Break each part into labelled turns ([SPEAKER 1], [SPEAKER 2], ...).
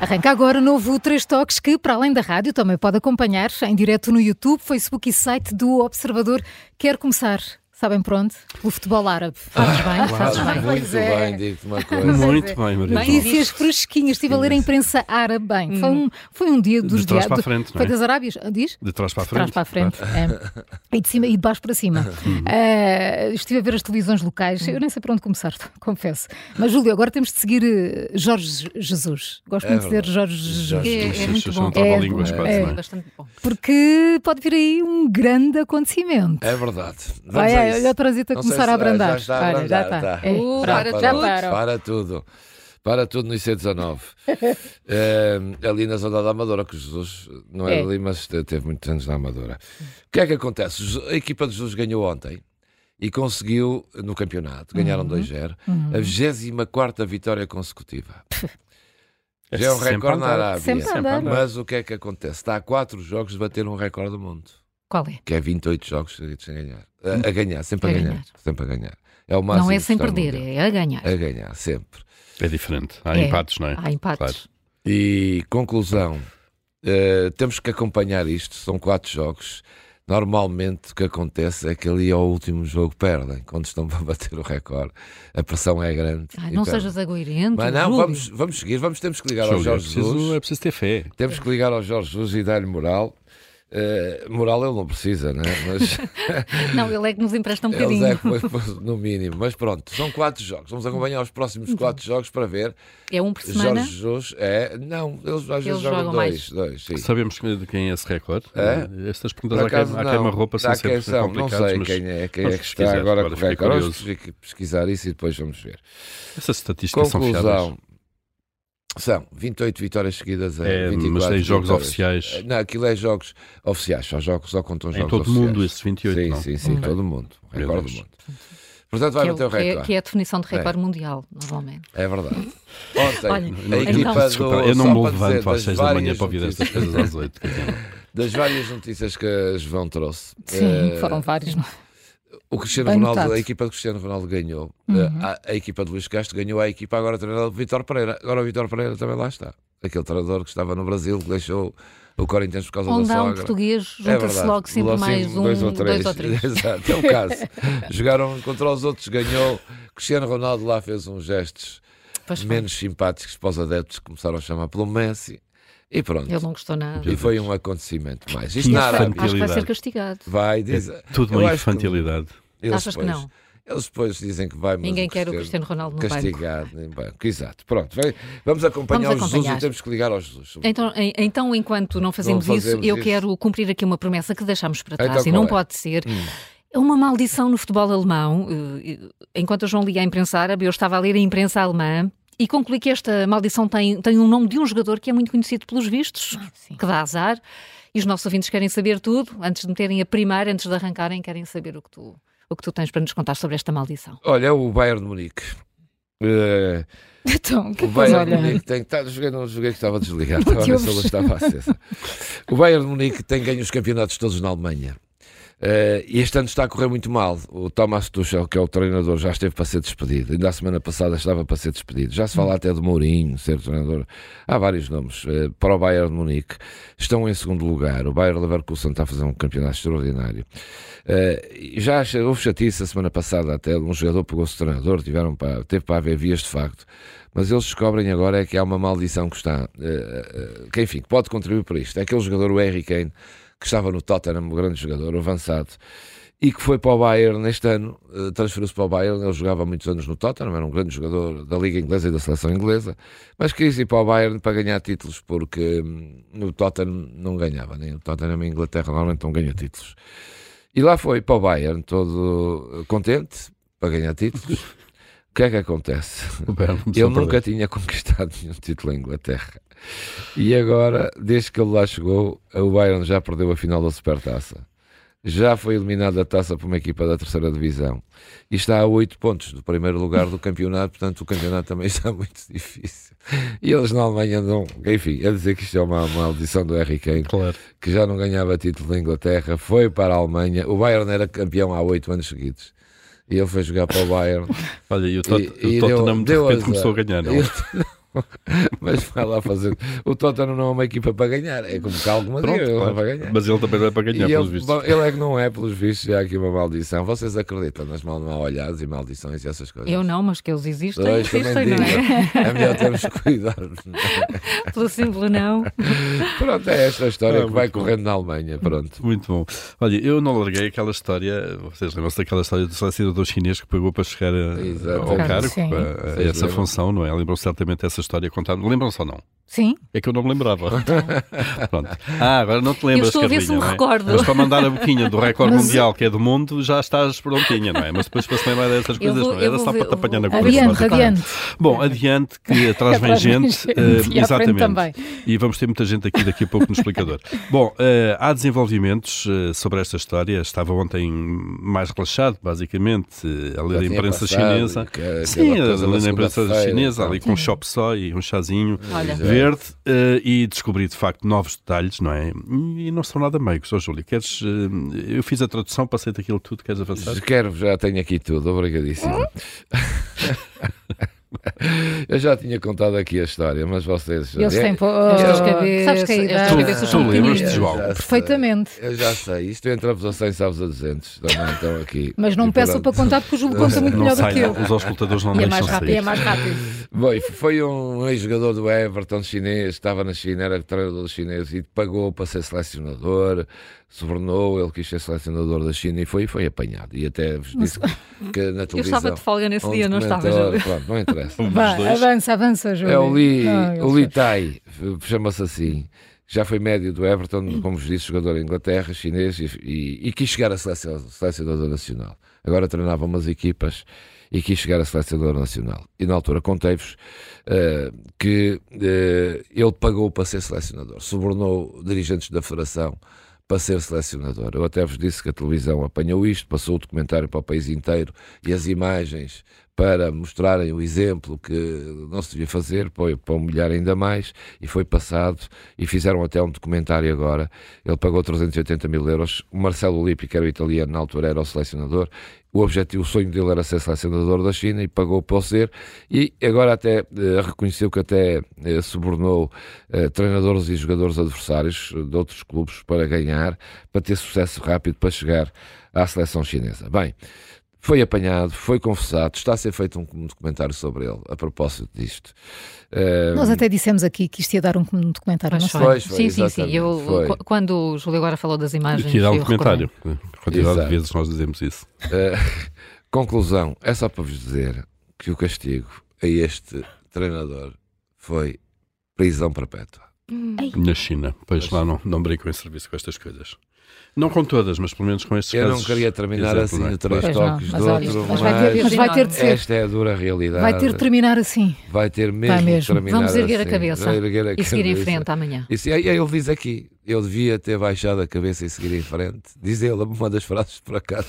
[SPEAKER 1] Arranca agora o novo Três Toques, que para além da rádio também pode acompanhar em direto no YouTube, Facebook e site do Observador. Quer começar? Sabem por onde? O futebol árabe.
[SPEAKER 2] Ah,
[SPEAKER 1] Fazes bem, fazes
[SPEAKER 3] Claro,
[SPEAKER 1] bem.
[SPEAKER 3] muito
[SPEAKER 1] é.
[SPEAKER 3] bem, digo-te uma coisa.
[SPEAKER 2] Muito bem, Maria. João.
[SPEAKER 1] Notícias fresquinhas, estive a ler a imprensa árabe bem. Foi um, foi um dia dos
[SPEAKER 2] trás
[SPEAKER 1] dia-
[SPEAKER 2] para a
[SPEAKER 1] do-
[SPEAKER 2] frente, não
[SPEAKER 1] Foi
[SPEAKER 2] é?
[SPEAKER 1] das Arábias, Ah, diz?
[SPEAKER 2] De trás para a
[SPEAKER 1] De trás
[SPEAKER 2] frente.
[SPEAKER 1] para a frente. é. E de, cima, e de baixo para cima. Eh, estive a ver as televisões locais, eu nem sei por onde começar, confesso. Mas, Júlio, agora temos de seguir eh, Jorge Jesus. Gosto muito de dizer Jorge Jesus.
[SPEAKER 3] Jorge
[SPEAKER 4] É, é muito
[SPEAKER 2] São
[SPEAKER 4] bom.
[SPEAKER 2] trava-línguas,
[SPEAKER 1] É,
[SPEAKER 2] quase,
[SPEAKER 4] É
[SPEAKER 2] não é?
[SPEAKER 4] bastante bom.
[SPEAKER 1] Porque pode vir aí um grande acontecimento.
[SPEAKER 3] É verdade. Vamos
[SPEAKER 1] Vai,
[SPEAKER 3] a
[SPEAKER 1] é,
[SPEAKER 3] isso.
[SPEAKER 1] olha o trânsito a
[SPEAKER 3] Não sei
[SPEAKER 1] começar
[SPEAKER 3] se-
[SPEAKER 1] a abrandar.
[SPEAKER 3] Já está a
[SPEAKER 1] Olha,
[SPEAKER 3] abrandar.
[SPEAKER 1] já está.
[SPEAKER 3] está.
[SPEAKER 1] É,
[SPEAKER 4] Uh,
[SPEAKER 1] pronto,
[SPEAKER 4] para
[SPEAKER 1] já
[SPEAKER 4] tudo.
[SPEAKER 1] parou.
[SPEAKER 3] Para tudo. Para tudo no IC19. Eh, ali na zona da Amadora, que Jesus não é
[SPEAKER 1] É.
[SPEAKER 3] ali, mas te- teve muitos anos na Amadora. O que é que acontece? Ju- A equipa de Jesus ganhou ontem e conseguiu, no campeonato, ganharam
[SPEAKER 1] Uhum.
[SPEAKER 3] 2-0,
[SPEAKER 1] Hum,
[SPEAKER 3] a 24 vitória consecutiva. Já é um
[SPEAKER 2] sempre
[SPEAKER 3] recorde na
[SPEAKER 2] andar.
[SPEAKER 3] Arábia.
[SPEAKER 1] Sempre
[SPEAKER 2] Sempre
[SPEAKER 1] andar.
[SPEAKER 2] andar.
[SPEAKER 3] Mas o que é que acontece? Está a 4 jogos de bater um recorde do mundo
[SPEAKER 1] Qual é?
[SPEAKER 3] que é 28 jogos seguidos sem ganhar. A, a ganhar, sempre a,
[SPEAKER 1] A
[SPEAKER 3] ganhar.
[SPEAKER 1] ganhar.
[SPEAKER 3] Sempre a ganhar. É o máximo
[SPEAKER 1] Não é
[SPEAKER 3] que
[SPEAKER 1] sem
[SPEAKER 3] está no
[SPEAKER 1] perder,
[SPEAKER 3] Mundial.
[SPEAKER 1] é a ganhar.
[SPEAKER 3] A ganhar, sempre.
[SPEAKER 2] É diferente. Há
[SPEAKER 1] É.
[SPEAKER 2] empates, não é?
[SPEAKER 1] Há empates.
[SPEAKER 2] Claro.
[SPEAKER 3] E conclusão: eh, temos que acompanhar isto. São quatro jogos. Normalmente o que acontece é que ali ao último jogo perdem. Quando estão para bater o recorde, a pressão é grande.
[SPEAKER 1] Ah,
[SPEAKER 4] Ai,
[SPEAKER 3] e
[SPEAKER 4] não
[SPEAKER 3] perdem.
[SPEAKER 4] sejas agoirento.
[SPEAKER 3] Mas não,
[SPEAKER 4] Júlio.
[SPEAKER 3] vamos, vamos seguir. Vamos, temos que ligar ao
[SPEAKER 2] Júlio, é
[SPEAKER 3] Jorge Jesus.
[SPEAKER 2] preciso, é preciso ter fé.
[SPEAKER 3] Temos que ligar ao Jorge Jesus e dar-lhe moral. Eh, moral ele não precisa, né? Mas.
[SPEAKER 4] Não, ele é que nos empresta um
[SPEAKER 3] Eles
[SPEAKER 4] bocadinho.
[SPEAKER 3] é que foi, foi no mínimo. Mas pronto, são quatro jogos. Vamos acompanhar os próximos quatro jogos para ver.
[SPEAKER 4] É um por Uhum. semana.
[SPEAKER 3] Jorge Jesus é. Não, eles às vezes
[SPEAKER 4] Eles
[SPEAKER 3] jogam,
[SPEAKER 4] jogam
[SPEAKER 3] dois.
[SPEAKER 4] mais.
[SPEAKER 3] dois sim.
[SPEAKER 2] Sabemos que- de quem é esse recorde? Eh,
[SPEAKER 3] É?
[SPEAKER 2] Estas
[SPEAKER 3] Por
[SPEAKER 2] perguntas à
[SPEAKER 3] acaso,
[SPEAKER 2] queima- à
[SPEAKER 3] não.
[SPEAKER 2] queima-roupa são
[SPEAKER 3] Há quem
[SPEAKER 2] sempre
[SPEAKER 3] são, Não
[SPEAKER 2] complicadas,
[SPEAKER 3] sei
[SPEAKER 2] mas
[SPEAKER 3] quem é, quem é
[SPEAKER 2] vamos
[SPEAKER 3] que
[SPEAKER 2] pesquisar,
[SPEAKER 3] está agora com o
[SPEAKER 2] fiquei
[SPEAKER 3] recorde. Vamos
[SPEAKER 2] curioso.
[SPEAKER 3] pesqui- pesquisar isso e depois vamos ver.
[SPEAKER 2] essas estatísticas são fiáveis.
[SPEAKER 3] Conclusão. São 28 vitórias seguidas a
[SPEAKER 2] É,
[SPEAKER 3] 24
[SPEAKER 2] mas tem jogos
[SPEAKER 3] vitórias.
[SPEAKER 2] oficiais
[SPEAKER 3] Não, aquilo é jogos oficiais, só jogos, só contam
[SPEAKER 2] em
[SPEAKER 3] jogos
[SPEAKER 2] todo o
[SPEAKER 3] oficiais.
[SPEAKER 2] mundo, esses 28,
[SPEAKER 3] Sim,
[SPEAKER 2] não?
[SPEAKER 3] sim, sim,
[SPEAKER 2] Ok.
[SPEAKER 3] todo mundo.
[SPEAKER 2] Meu
[SPEAKER 3] Recorde do
[SPEAKER 2] Deus.
[SPEAKER 3] mundo. Portanto, vai
[SPEAKER 4] que, é, o-
[SPEAKER 3] bater o
[SPEAKER 4] que é-
[SPEAKER 3] recorde.
[SPEAKER 4] que é a definição de recorde mundial, normalmente.
[SPEAKER 3] É verdade. Ontem,
[SPEAKER 2] Não, então.
[SPEAKER 4] Olha,
[SPEAKER 3] a
[SPEAKER 2] não,
[SPEAKER 3] equipa
[SPEAKER 2] não,
[SPEAKER 3] do.
[SPEAKER 2] desculpa,
[SPEAKER 3] só
[SPEAKER 2] eu não me
[SPEAKER 3] para dizer,
[SPEAKER 2] levanto às
[SPEAKER 3] das
[SPEAKER 2] 6 da manhã
[SPEAKER 3] várias
[SPEAKER 2] para ouvir estas
[SPEAKER 3] notícias-
[SPEAKER 2] coisas às 8.
[SPEAKER 3] Das várias notícias que a João trouxe,
[SPEAKER 1] Sim,
[SPEAKER 3] eh,
[SPEAKER 1] foram vários. não é?
[SPEAKER 3] o Cristiano
[SPEAKER 1] Bem
[SPEAKER 3] Ronaldo,
[SPEAKER 1] notado.
[SPEAKER 3] a equipa do Cristiano Ronaldo ganhou, eh,
[SPEAKER 4] Uhum.
[SPEAKER 3] a, a equipa do Luís Castro ganhou, a equipa agora treinada do Vitor Pereira. Agora o Vitor Pereira também lá está. Aquele treinador que estava no Brasil, que deixou o Corinthians por causa
[SPEAKER 4] Onde
[SPEAKER 3] da
[SPEAKER 4] há um
[SPEAKER 3] sogra.
[SPEAKER 4] português,
[SPEAKER 3] É
[SPEAKER 4] junta-se
[SPEAKER 3] verdade.
[SPEAKER 4] logo sempre mais um,
[SPEAKER 3] dois ou três.
[SPEAKER 4] dois ou três.
[SPEAKER 3] Exato, é o caso. Jogaram um contra os outros, ganhou. Cristiano Ronaldo lá fez uns gestos
[SPEAKER 4] Pois foi.
[SPEAKER 3] menos simpáticos para os adeptos que começaram a chamar pelo Messi. E pronto.
[SPEAKER 4] Ele não gostou nada.
[SPEAKER 3] E foi um acontecimento mais. Isto
[SPEAKER 2] Que
[SPEAKER 3] na Arábia.
[SPEAKER 4] Acho que vai
[SPEAKER 2] Infantilidade.
[SPEAKER 4] ser castigado.
[SPEAKER 3] Vai, diz.
[SPEAKER 2] É Tudo
[SPEAKER 3] Eu
[SPEAKER 2] uma
[SPEAKER 3] acho que
[SPEAKER 2] infantilidade.
[SPEAKER 3] eles
[SPEAKER 4] Achas que
[SPEAKER 3] depois-
[SPEAKER 4] não?
[SPEAKER 3] Eles depois dizem que vai, mas
[SPEAKER 4] Ninguém quer o Cristiano Ronaldo no banco.
[SPEAKER 3] castigado nem banco. Exato. Pronto, vai- vamos acompanhar
[SPEAKER 4] Vamos
[SPEAKER 3] o Jesus
[SPEAKER 4] acompanhar.
[SPEAKER 3] e temos que ligar ao Jesus.
[SPEAKER 4] Então, em- então, enquanto não fazemos,
[SPEAKER 3] Não fazemos
[SPEAKER 4] isso, eu
[SPEAKER 3] isso.
[SPEAKER 4] quero cumprir aqui uma promessa que deixámos para trás
[SPEAKER 3] Então,
[SPEAKER 4] e
[SPEAKER 3] qual
[SPEAKER 4] não
[SPEAKER 3] é? Hum.
[SPEAKER 4] pode ser. É uma maldição no futebol alemão. Eh, Enquanto o João lia a imprensa árabe, eu estava a ler a imprensa alemã e concluí que esta maldição tem, tem um nome de um jogador que é muito conhecido pelos vistos,
[SPEAKER 1] sim.
[SPEAKER 4] que dá azar. E os nossos ouvintes querem saber tudo. Antes de meterem a primeira, antes de arrancarem, querem saber o que tu, o que tu tens para nos contar sobre esta maldição.
[SPEAKER 3] Olha, é o Bayern de Munique. Eh,
[SPEAKER 1] Então, que
[SPEAKER 3] o
[SPEAKER 1] coisa,
[SPEAKER 3] Bayern de
[SPEAKER 1] olha.
[SPEAKER 3] Munique tem. Tá, joguei, não joguei que estava desligado. Estava a ver se a luz estava acesa. O Bayern de Munique tem ganho os campeonatos todos na Alemanha. Eh, e este ano está a correr muito mal. O Thomas Tuchel, que é o treinador, já esteve para ser despedido. Ainda a semana passada estava para ser despedido. Já se
[SPEAKER 1] Hum.
[SPEAKER 3] fala até de Mourinho ser treinador. Há vários nomes eh, para o Bayern de Munique. Estão em segundo lugar. O Bayern Leverkusen está a fazer um campeonato extraordinário. Eh, e já acha- houve chatice a semana passada até. Um jogador pegou-se treinador, tiveram para, teve para haver vias de facto. Mas eles descobrem agora é que há uma maldição que está. eh, eh, que, enfim, que pode contribuir para isto. É aquele jogador, o Harry Kane que estava no Tottenham, um grande jogador, avançado, e que foi para o Bayern neste ano, eh, transferiu-se para o Bayern, ele jogava há muitos anos no Tottenham, era um grande jogador da Liga Inglesa e da Seleção Inglesa, mas quis ir para o Bayern para ganhar títulos, porque hum, no Tottenham não ganhava, nem o Tottenham e a Inglaterra normalmente não ganham títulos. E lá foi para o Bayern, todo eh, contente, para ganhar títulos. O que é que acontece?
[SPEAKER 2] O Bayern começou
[SPEAKER 3] Ele
[SPEAKER 2] a perder.
[SPEAKER 3] nunca tinha conquistado nenhum título em Inglaterra. E agora, desde que ele lá chegou, o Bayern já perdeu a final da Supertaça. Já foi eliminado a taça por uma equipa da terceira divisão e está a 8 pontos do primeiro lugar do campeonato, portanto o campeonato também está muito difícil. E eles na Alemanha andam, enfim, a dizer que isto é uma maldição do Harry Kane,
[SPEAKER 2] Claro.
[SPEAKER 3] que já não ganhava título da Inglaterra, foi para a Alemanha. O Bayern era campeão há 8 anos seguidos e ele foi jogar para o Bayern.
[SPEAKER 2] Olha, e o, Tot
[SPEAKER 3] E- e
[SPEAKER 2] o Tottenham
[SPEAKER 3] deu-
[SPEAKER 2] de
[SPEAKER 3] deu
[SPEAKER 2] repente
[SPEAKER 3] azar.
[SPEAKER 2] começou a ganhar, não?
[SPEAKER 3] Mas vai lá fazer. O Tottenham não é uma equipa para ganhar, é como cá algumas
[SPEAKER 2] Pronto,
[SPEAKER 3] ele
[SPEAKER 2] claro.
[SPEAKER 3] não vai ganhar.
[SPEAKER 2] Mas ele também vai para
[SPEAKER 3] E
[SPEAKER 2] ganhar,
[SPEAKER 3] ele,
[SPEAKER 2] pelos vistos.
[SPEAKER 3] bom, ele é que não é, pelos vistos, já há aqui uma maldição. Vocês acreditam nas mal, mal olhadas e maldições e essas coisas?
[SPEAKER 4] Eu não, mas que eles existem,
[SPEAKER 3] Pois,
[SPEAKER 4] existem,
[SPEAKER 3] também
[SPEAKER 4] não
[SPEAKER 3] digo.
[SPEAKER 4] é?
[SPEAKER 3] É melhor termos cuidado.
[SPEAKER 4] Pelo símbolo, não.
[SPEAKER 3] Pronto, é esta a história
[SPEAKER 2] Ah,
[SPEAKER 3] que vai
[SPEAKER 2] muito bom.
[SPEAKER 3] correndo na Alemanha. Pronto.
[SPEAKER 2] Muito bom. Olha, eu não larguei aquela história, vocês lembram-se daquela história do selecionador chinês que pagou para chegar a-
[SPEAKER 3] Exatamente.
[SPEAKER 2] ao cargo,
[SPEAKER 4] Sim.
[SPEAKER 2] a- a,
[SPEAKER 3] Vocês
[SPEAKER 2] essa
[SPEAKER 3] lembram?
[SPEAKER 2] função, não é? Lembram-se certamente dessa história contada. Lembram-se ou não?
[SPEAKER 4] Sim,
[SPEAKER 2] É que eu não me lembrava. Pronto. Ah, agora não te lembras,
[SPEAKER 4] Eu estou a ver
[SPEAKER 2] Carlinha,
[SPEAKER 4] se um me
[SPEAKER 2] não é?
[SPEAKER 4] recordo.
[SPEAKER 2] Mas para mandar a boquinha do recorde
[SPEAKER 1] Mas-
[SPEAKER 2] mundial, que é do mundo, já estás prontinha, não é? Mas depois para se lembrar dessas
[SPEAKER 4] Eu
[SPEAKER 2] coisas,
[SPEAKER 4] vou-
[SPEAKER 2] não
[SPEAKER 4] eu
[SPEAKER 2] é? Era
[SPEAKER 4] vou
[SPEAKER 2] só
[SPEAKER 4] ver-
[SPEAKER 2] para te
[SPEAKER 4] eu vou-
[SPEAKER 2] apanhar na é?
[SPEAKER 4] Adiante,
[SPEAKER 2] conversa.
[SPEAKER 4] adiante.
[SPEAKER 2] Bom, adiante, que atrás vem
[SPEAKER 1] Atrás vem
[SPEAKER 2] gente.
[SPEAKER 1] gente,
[SPEAKER 2] eh,
[SPEAKER 1] e à frente
[SPEAKER 2] exatamente.
[SPEAKER 1] também.
[SPEAKER 2] E vamos ter muita gente aqui daqui a pouco no explicador. Bom, eh, há desenvolvimentos eh, sobre esta história. Estava ontem mais relaxado, basicamente, eh, a ler
[SPEAKER 3] Já
[SPEAKER 2] a
[SPEAKER 3] tinha
[SPEAKER 2] imprensa
[SPEAKER 3] passado,
[SPEAKER 2] chinesa.
[SPEAKER 3] que- aquela
[SPEAKER 2] Sim, a
[SPEAKER 3] coisa da
[SPEAKER 2] ler a imprensa
[SPEAKER 3] segunda-feira, é.
[SPEAKER 2] chinesa, ali
[SPEAKER 3] então.
[SPEAKER 2] com um chop só e um chazinho
[SPEAKER 4] Olha.
[SPEAKER 2] verde eh, e descobri de facto novos detalhes, não é? E não são nada meigos, ó Júlio. Queres, eh, eu fiz a tradução, passei daquilo tudo, queres avançar?
[SPEAKER 3] Quero, já tenho aqui tudo, obrigadíssimo. Eu já tinha contado aqui a história, mas vocês.
[SPEAKER 5] Eles
[SPEAKER 3] É-
[SPEAKER 5] têm. po-
[SPEAKER 4] Estas
[SPEAKER 5] oh,
[SPEAKER 4] cabeças-
[SPEAKER 5] sabes que a
[SPEAKER 4] estas
[SPEAKER 5] idade-
[SPEAKER 4] Tu- cabeças são
[SPEAKER 2] tu lembras-te,
[SPEAKER 4] pequeninas.
[SPEAKER 2] João?
[SPEAKER 3] Eu já sei.
[SPEAKER 5] Perfeitamente.
[SPEAKER 3] Eu já sei, isto entramos a 100, sabes a 200 também, então aqui.
[SPEAKER 5] Mas não
[SPEAKER 3] E
[SPEAKER 5] me peçam para
[SPEAKER 3] pronto.
[SPEAKER 5] contar porque o Júlio conta muito
[SPEAKER 2] não
[SPEAKER 5] melhor do que
[SPEAKER 2] sai,
[SPEAKER 5] eu.
[SPEAKER 2] não. os auscultadores não assim.
[SPEAKER 5] E é
[SPEAKER 2] deixam
[SPEAKER 5] mais rápido, e é
[SPEAKER 2] sair.
[SPEAKER 5] mais rápido.
[SPEAKER 3] Bom, e foi um ex-jogador do Everton chinês, estava na China, era treinador chinês e pagou para ser selecionador, sobornou, ele quis ser selecionador da China e foi, foi apanhado. E até vos disse que na televisão.
[SPEAKER 4] eu estava de folga nesse
[SPEAKER 3] um
[SPEAKER 4] dia, não estava,
[SPEAKER 3] documentário-
[SPEAKER 4] Júlio?
[SPEAKER 3] Pronto, não interessa.
[SPEAKER 5] Vá,
[SPEAKER 2] Um dois.
[SPEAKER 5] avança, avança, Júlio.
[SPEAKER 3] É o Li,
[SPEAKER 5] Não, eu
[SPEAKER 3] o Li
[SPEAKER 5] sei.
[SPEAKER 3] Tai, chama-se assim. Já foi médio do Everton, como vos disse, jogador da Inglaterra, chinês e, e- e quis chegar a seleção, selecionador nacional. Agora treinava umas equipas e quis chegar a selecionador nacional. E na altura contei-vos eh, que eh, ele pagou para ser selecionador, subornou dirigentes da federação para ser selecionador. Eu até vos disse que a televisão apanhou isto, passou o documentário para o país inteiro e as imagens para mostrarem o exemplo que não se devia fazer, para para humilhar ainda mais, e foi passado, e fizeram até um documentário agora. Ele pagou 380 mil euros. O Marcelo Lippi, que era o italiano, na altura era o selecionador. O objetivo, o sonho dele era ser selecionador da China e pagou para o ser. E agora até eh, reconheceu que até eh, subornou eh, treinadores e jogadores adversários eh, de outros clubes para ganhar, para ter sucesso rápido, para chegar à seleção chinesa. Bem, foi apanhado, foi confessado, está a ser feito um documentário sobre ele a propósito disto. Eh,
[SPEAKER 5] Nós até dissemos aqui que isto ia dar um um documentário.
[SPEAKER 4] Mas
[SPEAKER 5] não
[SPEAKER 4] foi.
[SPEAKER 5] sei.
[SPEAKER 3] Pois foi,
[SPEAKER 4] sim, sim, sim.
[SPEAKER 3] exatamente,
[SPEAKER 4] Eu,
[SPEAKER 3] foi.
[SPEAKER 4] qu- Quando o Júlio agora falou das imagens.
[SPEAKER 2] Aqui dá um
[SPEAKER 4] eu recordei.
[SPEAKER 2] comentário. Quantidade de
[SPEAKER 3] Exato.
[SPEAKER 2] vezes nós dizemos isso.
[SPEAKER 3] Eh, conclusão, é só para vos dizer que o castigo a este treinador foi prisão perpétua.
[SPEAKER 2] Na China. Pois lá não, não brincam em serviço com estas coisas. Não com todas, mas pelo menos com estes
[SPEAKER 3] Eu não
[SPEAKER 2] casos.
[SPEAKER 3] queria terminar
[SPEAKER 2] exemplo,
[SPEAKER 3] assim
[SPEAKER 2] não é?
[SPEAKER 3] o três
[SPEAKER 5] Pois não,
[SPEAKER 3] toques
[SPEAKER 5] mas
[SPEAKER 3] do
[SPEAKER 5] olha,
[SPEAKER 3] outro,
[SPEAKER 5] mas
[SPEAKER 3] mas,
[SPEAKER 5] vai ter- mas vai ter de ser.
[SPEAKER 3] esta é a dura realidade.
[SPEAKER 5] Vai ter de terminar assim.
[SPEAKER 3] Vai ter mesmo,
[SPEAKER 5] Vai mesmo.
[SPEAKER 3] de terminar
[SPEAKER 4] Vamos erguer a
[SPEAKER 3] assim.
[SPEAKER 4] cabeça
[SPEAKER 3] Vai erguer a
[SPEAKER 4] E seguir em
[SPEAKER 3] cabeça.
[SPEAKER 4] frente amanhã.
[SPEAKER 3] Isso, e aí ele diz aqui, eu devia ter baixado a cabeça e seguir em frente. Diz ele, uma das frases por acaso,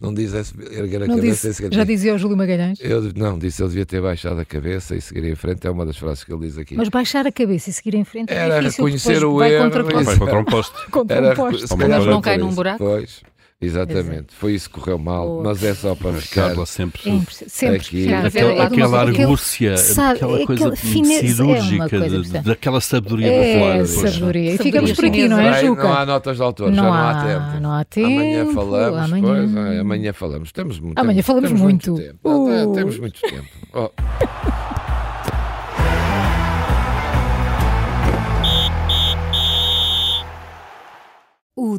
[SPEAKER 3] não diz esse- erguer a
[SPEAKER 5] Não
[SPEAKER 3] cabeça
[SPEAKER 5] disse,
[SPEAKER 3] e seguir em
[SPEAKER 5] já
[SPEAKER 3] frente.
[SPEAKER 5] dizia o Júlio Magalhães.
[SPEAKER 3] Eu, não, disse eu devia ter baixado a cabeça e seguir em frente, é uma das frases que ele diz aqui.
[SPEAKER 5] Mas baixar a cabeça e seguir em frente é
[SPEAKER 3] Era
[SPEAKER 5] difícil,
[SPEAKER 3] reconhecer
[SPEAKER 5] depois
[SPEAKER 3] o
[SPEAKER 5] vai
[SPEAKER 3] erro
[SPEAKER 5] contra,
[SPEAKER 3] e-
[SPEAKER 2] Não
[SPEAKER 5] contra,
[SPEAKER 2] vai contra um posto.
[SPEAKER 5] contra um posto.
[SPEAKER 3] se calhar
[SPEAKER 2] Uma
[SPEAKER 3] foi
[SPEAKER 4] não cai
[SPEAKER 3] por
[SPEAKER 4] num
[SPEAKER 3] isso.
[SPEAKER 4] buraco?
[SPEAKER 3] Pois, exatamente. Foi isso que correu mal,
[SPEAKER 5] Boa.
[SPEAKER 3] mas é só para ficar.
[SPEAKER 2] Carla sempre.
[SPEAKER 5] É impressionante. Sempre.
[SPEAKER 3] Aqui,
[SPEAKER 5] sempre.
[SPEAKER 4] Mas
[SPEAKER 2] Aquela,
[SPEAKER 4] é- é de uma-
[SPEAKER 2] aquela
[SPEAKER 5] aquele-
[SPEAKER 2] argúcia,
[SPEAKER 5] sabe,
[SPEAKER 2] aquela coisa
[SPEAKER 5] aquela finesse, é uma
[SPEAKER 2] cirúrgica,
[SPEAKER 5] coisa
[SPEAKER 2] de-
[SPEAKER 5] impressionante.
[SPEAKER 2] daquela sabedoria
[SPEAKER 5] É,
[SPEAKER 2] popular. pois.
[SPEAKER 5] sabedoria. E
[SPEAKER 4] Sabedoria
[SPEAKER 5] ficamos por aqui, não é,
[SPEAKER 3] Bem, não há
[SPEAKER 5] Juca?
[SPEAKER 3] notas de autor, já não há tempo.
[SPEAKER 5] Não há tempo.
[SPEAKER 3] Amanhã falamos,
[SPEAKER 5] Amanhã.
[SPEAKER 3] pois, é, amanhã falamos. Temos, mu-
[SPEAKER 5] Amanhã
[SPEAKER 3] temos-
[SPEAKER 5] falamos
[SPEAKER 3] temos
[SPEAKER 5] muito. Uh.
[SPEAKER 3] tempo. Ah,
[SPEAKER 5] Ui.
[SPEAKER 3] Temos muito tempo. Oh.
[SPEAKER 1] O